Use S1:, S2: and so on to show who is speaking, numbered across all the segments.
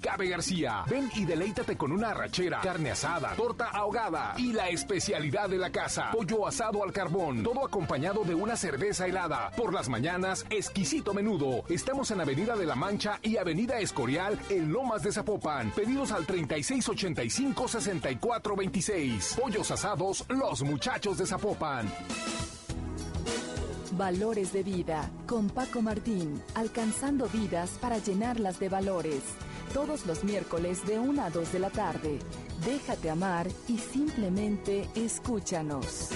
S1: Gabe García, ven y deleítate con una arrachera, carne asada, torta ahogada y la especialidad de la casa, pollo asado al carbón, todo acompañado de una cerveza helada. Por las mañanas, exquisito menudo. Estamos en Avenida de la Mancha y Avenida Escorial en Lomas de Zapopan. Pedidos al 3685-6426. Pollos asados, los muchachos de Zapopan.
S2: Valores de vida con Paco Martín, alcanzando vidas para llenarlas de valores. Todos los miércoles de 1 a 2 de la tarde. Déjate amar y simplemente escúchanos.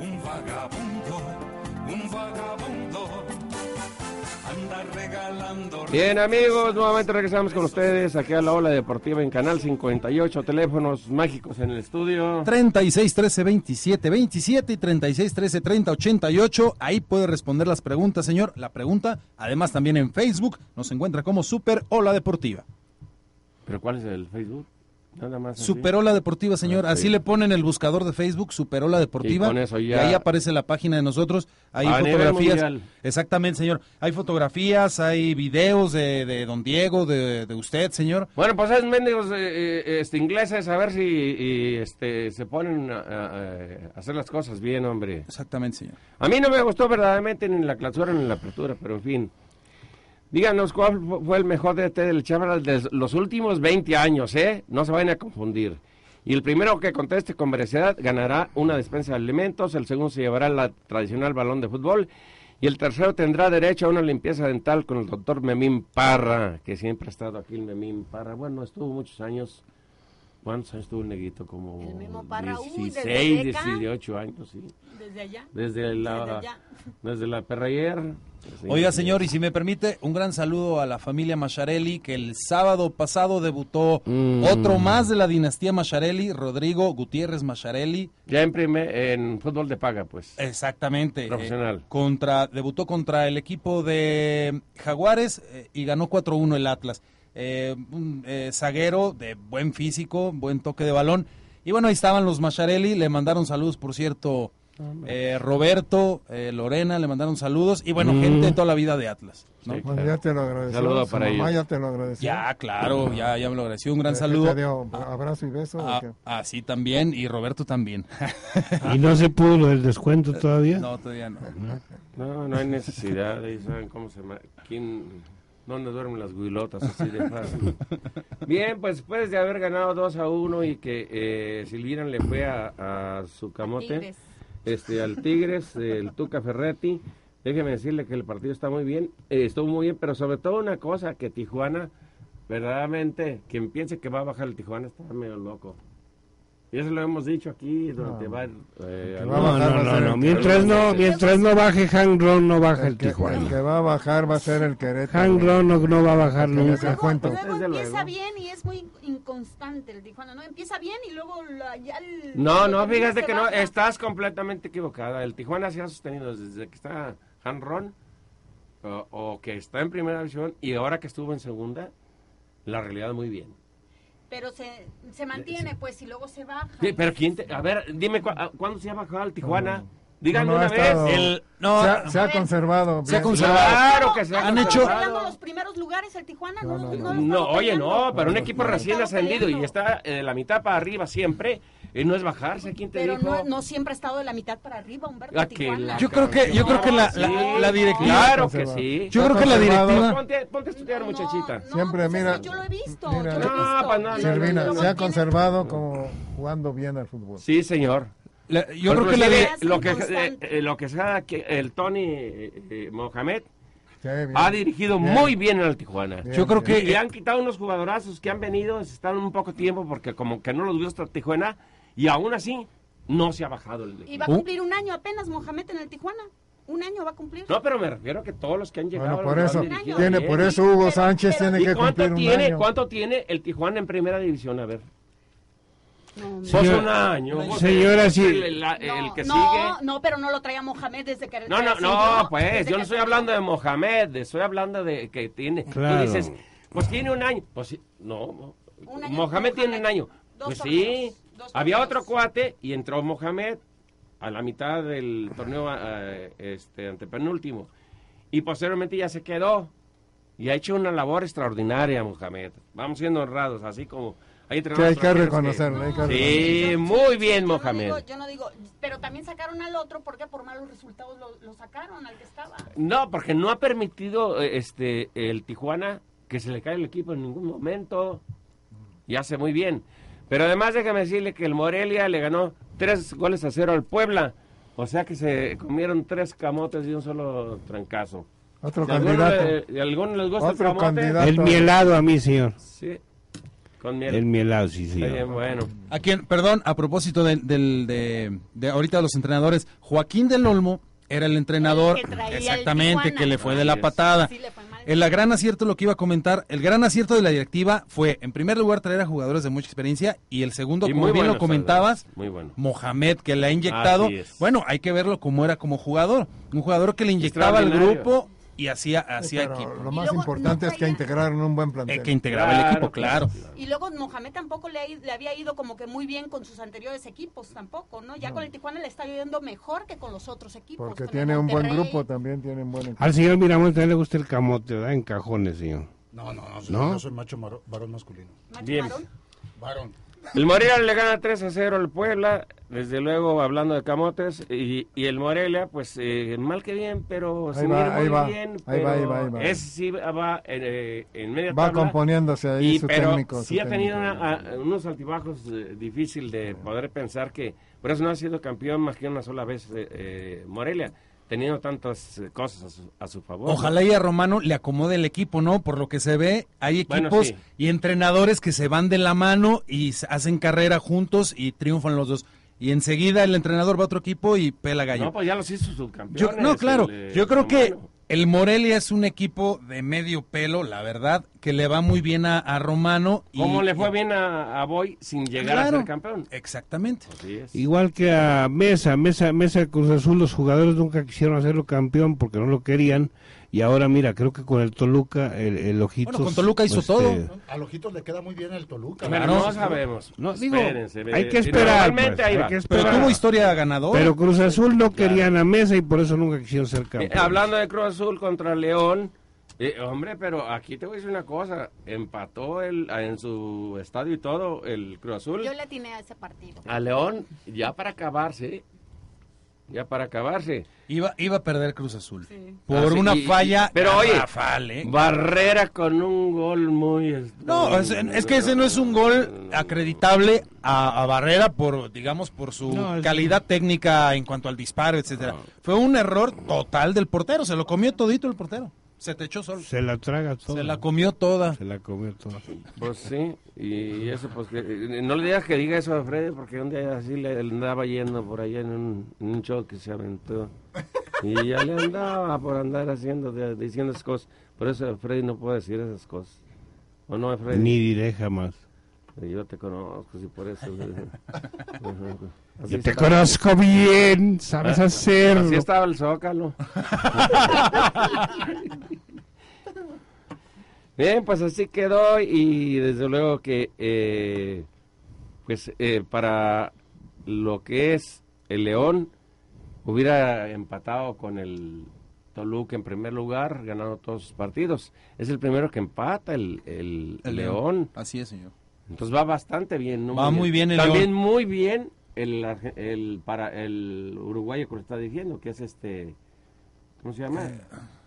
S3: Un vagabundo, un vagabundo, anda regalando.
S4: Bien amigos, nuevamente regresamos con ustedes aquí a la Ola Deportiva en Canal 58, teléfonos mágicos en el estudio.
S5: 36 13 27 27 y 36 13 30 88. Ahí puede responder las preguntas, señor. La pregunta, además también en Facebook, nos encuentra como Super Ola Deportiva.
S4: ¿Pero cuál es el Facebook? Nada más. así.
S5: Super Ola Deportiva, señor.
S4: Ah, sí.
S5: Así le ponen el buscador de Facebook, Super Ola Deportiva.
S4: Y con eso ya-
S5: Y ahí aparece la página de nosotros. Hay
S4: A nivel
S5: fotografías.
S4: mundial.
S5: Exactamente, señor. Hay fotografías, hay videos de, de don Diego, de, de usted, señor.
S4: Bueno, pues es mendigos eh, eh, este, ingleses, a ver si y, este, se ponen a, a- a hacer las cosas bien, hombre.
S5: Exactamente, señor.
S4: A mí no me gustó verdaderamente ni la clausura ni la apertura, pero en fin. Díganos cuál fu- fue el mejor DT del Chaval de los últimos 20 años, ¿eh? No se vayan a confundir. Y el primero que conteste con veracidad ganará una despensa de alimentos, el segundo se llevará la tradicional balón de fútbol y el tercero tendrá derecho a una limpieza dental con el doctor Memín Parra, que siempre ha estado aquí el Memín Parra. Bueno, estuvo muchos años. ¿Cuántos años estuvo el neguito? Como
S6: El mismo Parra, uy, desde
S4: 16,
S6: Beca.
S4: 18 años, sí.
S6: Desde allá.
S4: Desde la,
S6: allá.
S4: desde la perrayer. Sí.
S5: Oiga, señor, y si me permite, un gran saludo a la familia Macharelli, que el sábado pasado debutó
S4: Mm.
S5: otro más de la dinastía Macharelli, Rodrigo Gutiérrez Macharelli.
S4: Ya en, primer- en fútbol de paga, pues.
S5: Exactamente. eh,
S4: Profesional.
S5: contra, debutó contra el equipo de Jaguares eh, y ganó 4-1 el Atlas. Eh, un eh, zaguero de buen físico, buen toque de balón. Y bueno, ahí estaban los Macharelli, le mandaron saludos, por cierto, eh, Roberto, eh, Lorena, le mandaron saludos. Y bueno, gente de toda la vida de Atlas. ¿no?
S4: Sí,
S7: Bueno,
S4: claro.
S7: pues, ya te lo agradeció.
S4: Saludo
S7: su
S4: para
S7: mamá
S4: ellos.
S7: ya te lo agradeció.
S5: Ya, claro, ya, ya me lo agradeció. Un gran
S7: ¿Qué
S5: saludo.
S7: te dio? abrazo y beso. o
S4: Ah.
S5: A-
S7: qué?
S5: a sí también y Roberto también.
S8: ¿Y no se pudo lo del descuento todavía?
S5: no, todavía no.
S4: No, no hay necesidad. Ahí saben cómo se ma- ¿Quién, ¿Dónde duermen las guilotas? Así de fácil. Bien, pues después de haber ganado 2 a 1 y que eh, Silvina le fue a, a su camote.
S6: Tigres.
S4: este, al Tigres, el Tuca Ferretti. Déjeme decirle que el partido está muy bien, eh, estuvo muy bien, pero sobre todo una cosa, que Tijuana, verdaderamente, quien piense que va a bajar el Tijuana está medio loco. Y eso lo hemos dicho aquí durante
S7: No.
S4: varios... eh,
S7: Que va a
S8: No,
S4: algunos-
S7: bajar,
S8: no,
S7: va a
S8: no,
S7: ser
S8: no.
S7: el-
S8: Mientras no, mientras no baje Hangron, no baja el
S7: que- el que
S8: Tijuana.
S7: va a bajar va a ser el Querétaro.
S8: Hangron no, no va a bajar
S7: Porque les
S8: nunca.
S7: dejó- cuento.
S6: luego
S4: Desde
S6: empieza
S4: luego.
S6: bien y es muy inconstante el Tijuana, ¿no? Empieza bien y luego la- ya el-
S4: No,
S6: el-
S4: no,
S6: el-
S4: fíjate
S6: se
S4: que no,
S6: baja.
S4: estás completamente equivocada. El Tijuana se ha sostenido desde que está Hanron, o, o que está en primera división, y ahora que estuvo en segunda, la realidad muy bien.
S6: Pero se, se mantiene, pues, y luego se baja.
S4: Sí, pero quién te- a ver, dime cua- a- cuándo se ha bajado el Tijuana. Díganme
S7: No, no ha
S4: una
S7: estado.
S4: vez.
S5: El- no,
S7: se ha, se ha
S6: A ver.
S7: conservado.
S5: Se ha
S7: bien.
S5: conservado.
S4: Claro que se
S6: Ah,
S4: ha
S5: Han hecho-
S4: conservado.
S6: Peleando los primeros lugares el Tijuana, no,
S7: No, no,
S6: no,
S7: no.
S6: lo
S4: No,
S6: estamos
S4: oye,
S6: peleando.
S4: no, pero un equipo
S6: No lo
S4: recién
S6: estamos
S4: ascendido y
S6: peleando.
S4: está eh, de la mitad para arriba siempre. Y no es bajarse, ¿quién te
S6: Pero
S4: dijo?
S6: no, no siempre ha estado de la mitad para arriba, Humberto.
S4: Ah, que
S6: Tijuana.
S4: la
S5: Yo creo que, yo creo que la, la,
S6: Sí,
S5: la directiva.
S4: Claro que
S7: Conservado.
S4: sí.
S5: Yo creo que la
S7: Conservado.
S5: directiva.
S4: Ponte, ponte a estudiar,
S6: No,
S4: muchachita.
S6: no,
S7: Siempre,
S6: pues, es
S7: mira,
S6: que Yo lo he visto.
S7: mira.
S6: yo lo he
S4: No,
S6: visto.
S4: pues, no, no,
S7: Silvina,
S4: no, no,
S7: se ha
S4: no.
S7: conservado como jugando bien al fútbol.
S4: Sí, señor.
S5: la- yo creo que la
S4: Inclusive,
S5: de-
S6: idea-
S4: lo que eh,
S6: Constante.
S4: eh, lo que sea que el Tony eh, eh, Mohamed
S7: Sí, bien.
S4: ha dirigido
S7: Bien.
S4: muy bien al Tijuana.
S7: Bien,
S5: yo creo
S4: Y le
S7: eh.
S5: que
S4: han quitado unos jugadorazos que han venido, están un poco tiempo porque como que no los vio hasta Tijuana y aún así no se ha bajado el
S6: Y
S4: equipo.
S5: ¿Uh?
S6: va a cumplir un año apenas Mohamed en el Tijuana. Un año va a cumplir.
S4: No, pero me refiero a que todos los que han llegado.
S7: Bueno, por
S4: los han
S7: eso,
S4: dirigido
S7: tiene,
S4: bien.
S7: por eso Hugo Sánchez
S6: Pero-
S7: tiene
S4: ¿Y
S7: que cumplir
S4: cuánto
S7: un
S4: tiene,
S7: año.
S4: cuánto tiene el Tijuana en primera división? A ver.
S6: No, no.
S4: Vos
S8: Señor-
S4: un año. vos
S8: Señora,
S4: el-
S8: sí.
S4: El, el- el que
S6: no,
S4: sigue.
S6: no, pero no lo traía Mohamed desde que
S4: No, no,
S6: desde
S4: no,
S6: que-
S4: pues
S6: desde
S4: yo
S6: que-
S4: no estoy hablando de Mohamed, estoy hablando de que tiene.
S8: Claro.
S4: Tú dices, pues tiene un año. Pues sí, no, mo-
S6: Un año,
S4: Mohamed tiene un año.
S6: Dos
S4: Pues sí,
S6: torneos, dos
S4: había
S6: torneos.
S4: otro cuate y entró Mohamed a la mitad del torneo eh, este, antepenúltimo. Y posteriormente ya se quedó. Y ha hecho una labor extraordinaria, Mohamed. Vamos siendo honrados, así como. Hay
S7: Que hay
S4: entrenadores
S7: que
S4: extranjeros que-
S7: reconocerlo, hay que reconocerlo.
S4: Sí,
S6: Yo-
S4: muy bien,
S6: yo no
S4: Mohamed.
S6: digo- Yo no, digo, pero también sacaron al otro porque por malos resultados lo, lo sacaron al que estaba.
S4: No, porque no ha permitido eh, este el Tijuana que se le caiga el equipo en ningún momento. Y hace muy bien. Pero además déjame decirle que el Morelia le ganó tres goles a cero al Puebla. O sea que se comieron tres camotes de un solo trancazo.
S7: Otro
S4: Si alguno,
S7: candidato.
S4: le- eh, si alguno les gusta
S7: Otro
S4: el camote, pues,
S7: candidato.
S8: El mielado a mí, señor.
S4: sí, con miel.
S8: El mielado, sí,
S4: Está bien,
S8: señor.
S4: bueno.
S5: A quien, perdón, a propósito del- del- de, de ahorita de los entrenadores, Joaquín del Olmo era el entrenador
S6: El que traía el
S5: exactamente
S6: Tijuana.
S5: que le fue de
S4: Así
S5: la
S4: es.
S5: patada.
S6: Sí, le fue mal.
S5: Ah, El gran acierto, lo que iba a comentar, el gran acierto de la directiva fue, en primer lugar, traer a jugadores de mucha experiencia y el segundo,
S4: Y
S5: como
S4: muy
S5: bien lo
S4: buenos,
S5: comentabas,
S4: además, muy bueno.
S5: Mohamed, que le ha inyectado.
S4: Así es.
S5: Bueno, hay que verlo como era como jugador. Un jugador que le inyectaba al
S4: Extraordinario.
S5: grupo y hacía, hacía
S7: Pero
S5: equipo.
S7: lo
S6: Y
S7: más
S6: luego
S7: importante
S6: no
S7: es que
S6: traía-
S7: integraron un buen plantel.
S5: Eh, que integraba el
S4: Claro,
S5: equipo, claro.
S6: Y luego Mohamed tampoco le, ha i- le había ido como que muy bien con sus anteriores equipos tampoco, ¿no? Ya con el Tijuana le está yendo mejor que con los otros equipos.
S7: Porque
S6: con el
S7: tiene un buen
S6: Pues, Monterrey.
S7: grupo, también tiene un buen equipo.
S8: Al señor Miramontes también le gusta el camote, ¿verdad? En cajones, señor.
S9: No, no, no, soy-
S8: ¿No?
S9: yo soy macho maro- varón masculino.
S6: Macho
S4: Bien.
S6: Marón.
S9: Varón.
S4: El Morelia le gana 3 a 0 al Puebla, desde luego hablando de camotes, y, y el Morelia, pues eh, mal que bien, pero se
S7: Ahí
S4: mira
S7: va,
S4: muy
S7: ahí va,
S4: bien.
S7: ahí
S4: pero
S7: va, ahí va, ahí va.
S4: Ese sí va en, eh, en media
S7: Va
S4: tabla,
S7: componiéndose ahí
S4: y,
S7: su
S4: pero
S7: técnico. su
S4: sí ha tenido
S7: técnico.
S4: una- a- unos altibajos eh, difícil de poder pensar que, por eso no ha sido campeón más que una sola vez eh, eh, Morelia, teniendo tantas eh, cosas a su, a su favor.
S5: Ojalá y a Romano le acomode el equipo, ¿no? Por lo que se ve, hay equipos
S4: Bueno, sí.
S5: y entrenadores que se van de la mano y s- hacen carrera juntos y triunfan los dos. Y enseguida el entrenador va a otro equipo y pela gallo.
S4: No, pues ya los hizo
S5: Yo-
S4: subcampeones.
S5: no, claro.
S4: el, eh,
S5: Yo creo que
S4: Romano.
S5: el Morelia es un equipo de medio pelo, la verdad, que le va muy bien a, a Romano. y-
S4: ¿Cómo le fue bien a, a Boy sin llegar a
S5: Claro,
S4: ser campeón?
S5: Exactamente.
S4: Así es.
S8: Igual que a Mesa, Mesa, Mesa Cruz Azul, los jugadores nunca quisieron hacerlo campeón porque no lo querían. Y ahora, mira, creo que con el Toluca, el, el Ojitos.
S5: Bueno, con Toluca hizo
S4: este,
S5: todo, ¿no?
S9: A Ojitos le queda muy bien el Toluca.
S4: Bueno,
S5: Claro.
S4: no sabemos.
S8: No, digo,
S4: Espérense,
S8: hay
S4: eh,
S8: que
S4: si
S8: esperar.
S4: normalmente
S8: pues,
S4: ahí
S8: hay
S4: va.
S8: que
S5: Pero
S8: esperar.
S5: tuvo historia ganadora.
S8: Pero Cruz Azul no querían a Mesa y por eso nunca quisieron ser
S4: Eh,
S8: campeón.
S4: hablando de Cruz Azul contra León, eh, hombre, pero aquí te voy a decir una cosa. Empató el, en su estadio y todo el Cruz Azul
S6: Yo le atiné a ese partido.
S4: a León ya para acabarse. Ya para acabarse.
S5: Iba, iba a perder Cruz Azul.
S4: Ah,
S5: Por
S4: sí,
S5: una
S4: y- y-
S5: falla.
S4: pero oye,
S5: garrafal, ¿eh?
S4: Barrera con un gol muy... est-
S5: No, es, es que ese no es un gol acreditable a, a Barrera por, digamos, por su
S8: No, es-
S5: calidad técnica en cuanto al disparo, etcétera.
S8: Ah.
S5: Fue un error total del portero, se lo comió todito el portero. Se te echó solo.
S8: Se la traga todo.
S5: Se la comió toda.
S8: Se la comió todo.
S4: Pues sí, y eso pues que- eh, no le digas que diga eso a Freddy porque un día así le andaba yendo por allá en un, en un show que se aventó y ya le andaba por andar haciendo de- diciendo esas cosas, por eso Freddy no puede decir esas cosas. ¿O no, Freddy?
S8: Ni diré jamás.
S4: Yo te conozco, sí, por eso. Así
S8: Yo te
S4: estaba-
S8: conozco bien, sabes
S4: Ah,
S8: hacerlo.
S4: Así estaba el zócalo. Bien, pues así quedó y desde luego que, eh, pues eh, para lo que es el León, hubiera empatado con el Toluca en primer lugar, ganando todos sus partidos. Es el primero que empata el, el León.
S5: Así es, señor.
S4: Entonces va bastante bien, ¿no?
S5: Va muy bien el
S4: También
S5: León.
S4: muy bien el, arge- el, para, el uruguayo que lo está diciendo, que es este. ¿Cómo se llama?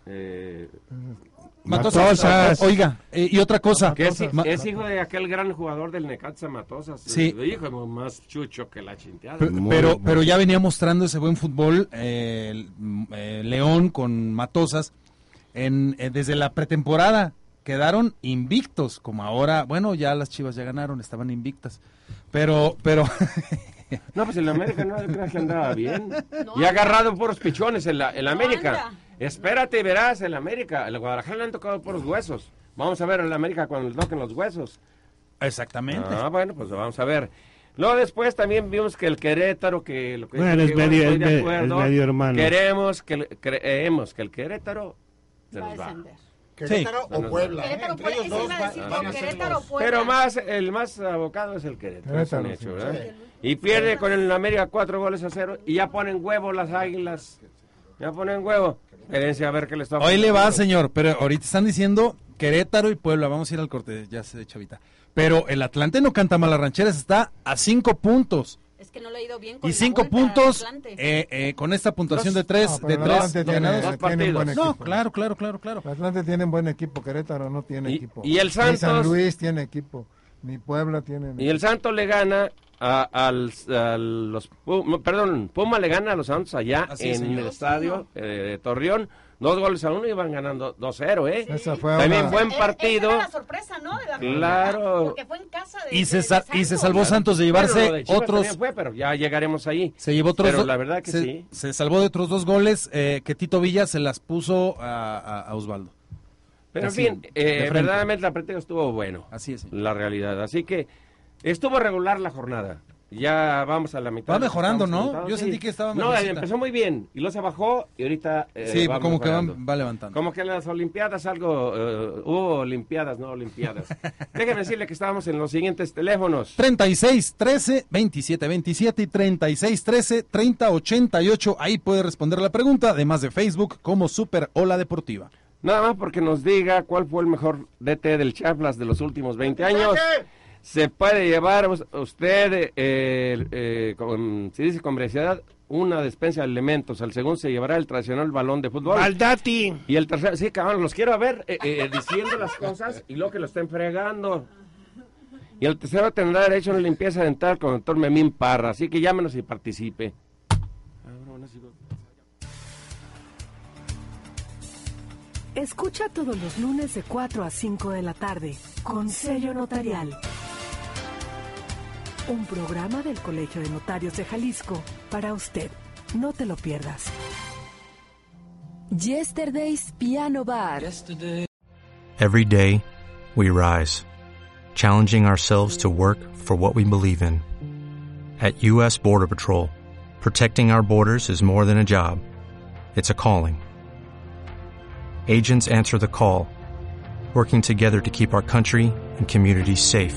S4: Eh,
S8: Matosas.
S5: Oiga, eh, y otra cosa.
S4: que es, hi-
S5: Ma-
S4: es hijo de aquel gran jugador del Necaxa Matosas.
S5: Sí.
S4: eh, Hijo más chucho que la chinteada.
S5: Pero,
S8: Muy
S5: pero,
S8: bueno.
S5: pero ya venía mostrando ese buen fútbol eh, el, mm, eh, León con Matosas en, eh, desde la pretemporada. Quedaron invictos, como ahora. Bueno, ya las Chivas ya ganaron, estaban invictas. Pero, pero,
S4: No, pues el América no creas que andaba bien. y ha agarrado puros pichones en la, el América. Espérate, verás, el América. El Guadalajara le han tocado puros huesos. Vamos a ver el América cuando le toquen los huesos.
S5: Exactamente.
S4: Ah, bueno, pues vamos a ver. Luego después también vimos que el Querétaro, que lo que
S8: Bueno, es
S4: que
S8: medio-
S4: estoy
S8: es
S4: de
S8: me-
S4: acuerdo.
S8: es medio hermano.
S4: Queremos que, el- creemos que el Querétaro se nos va.
S9: Querétaro
S4: Se nos
S9: o
S4: va.
S9: Puebla. ¿eh?
S6: Querétaro,
S9: Entre ellos
S6: Puebla,
S9: dos
S6: eso iba a
S9: va-
S6: decir,
S9: van a ser
S6: Querétaro,
S9: los-
S6: Puebla.
S4: Pero más, el más abocado es el Querétaro. es un
S7: Querétaro,
S4: hecho,
S7: sí.
S4: ¿verdad? Y pierde con el América cuatro goles a cero y ya ponen huevo las águilas. Ya ponen huevo. Herencia, a ver qué les toca.
S5: Hoy le va, señor, pero ahorita están diciendo Querétaro y Puebla. Vamos a ir al corte, ya sé, chavita. Pero el Atlante no canta malas rancheras, está a cinco puntos.
S6: Es que no le ha ido bien con
S5: Y
S6: la
S5: cinco
S6: vuelta al
S5: puntos
S6: Atlante.
S5: eh, eh, con esta puntuación de tres,
S7: No,
S5: de
S7: Ah, pero el
S5: tres
S7: Atlante
S5: ganados.
S7: tiene, tiene un buen equipo.
S5: No, claro, claro, claro, claro.
S7: El Atlante tiene un buen equipo, Querétaro no tiene
S4: Y-
S7: equipo.
S4: y el
S7: Ni San
S4: Santos-
S7: Luis tiene equipo, ni Puebla tiene.
S4: Y el Santos le gana a, al, a los Puma- perdón, Puma le gana a los Santos allá
S5: Así es,
S4: en
S5: señor.
S4: el estadio eh, de Torreón, dos goles a uno y van ganando 2-0, ¿eh?
S7: Esa fue
S4: También
S7: una-
S4: buen
S6: Eh, esa
S4: partido.
S6: era la sorpresa, ¿no? De la
S4: Claro.
S6: jornada, Porque fue en casa de-
S5: Y se,
S6: de-
S5: sa-
S6: de
S5: y se
S6: Santos.
S5: salvó Santos de llevarse
S4: Bueno, lo de Chivas
S5: otros.
S4: también fue, pero ya llegaremos ahí.
S5: Se llevó otros
S4: Pero
S5: do-
S4: la verdad que
S5: se,
S4: sí.
S5: se salvó de otros dos goles eh, que Tito Villa se las puso a, a- a Osvaldo.
S4: Pero en
S5: Así,
S4: fin,
S5: de
S4: eh,
S5: frente.
S4: verdaderamente la práctica estuvo bueno.
S5: Así es. señor.
S4: La realidad. Así que estuvo regular la jornada. Ya vamos a la mitad.
S5: Va mejorando,
S4: Estamos
S5: ¿no?
S4: sentados,
S5: Yo sentí que estaba
S4: No,
S5: mejorcita.
S4: empezó muy bien. Y luego se bajó y ahorita. eh,
S5: sí,
S4: va
S5: como que va,
S4: mejorando.
S5: va levantando.
S4: Como que las Olimpiadas, algo. eh, hubo Olimpiadas, no Olimpiadas. Déjenme decirle que estábamos en los siguientes teléfonos.
S5: 36 13 27 27 y 36 13 30 88. Ahí puede responder la pregunta, además de Facebook, como Super Ola Deportiva.
S4: Nada más porque nos diga cuál fue el mejor DT del Chaflas de los últimos 20 años. Se puede llevar us- usted, eh, el, eh, con- se dice con veracidad, una despensa de elementos. Al segundo se llevará el tradicional balón de fútbol.
S8: Maldati.
S4: Y el tercero, sí, cabrón, los quiero ver eh, eh, diciendo las cosas y luego que lo estén fregando. Y el tercero tendrá derecho a una limpieza dental con el doctor Memín Parra. Así que llámenos y participe.
S10: Escucha todos los lunes de 4 a 5 de la tarde con sello notarial. Un programa del Colegio de Notarios de Jalisco para usted. No te lo pierdas.
S2: Yesterday's Piano Bar.
S11: Every day, we rise, challenging ourselves to work for what we believe in. At U.S. Border Patrol, protecting our borders is more than a job, it's a calling. Agents answer the call, working together to keep our country and communities safe.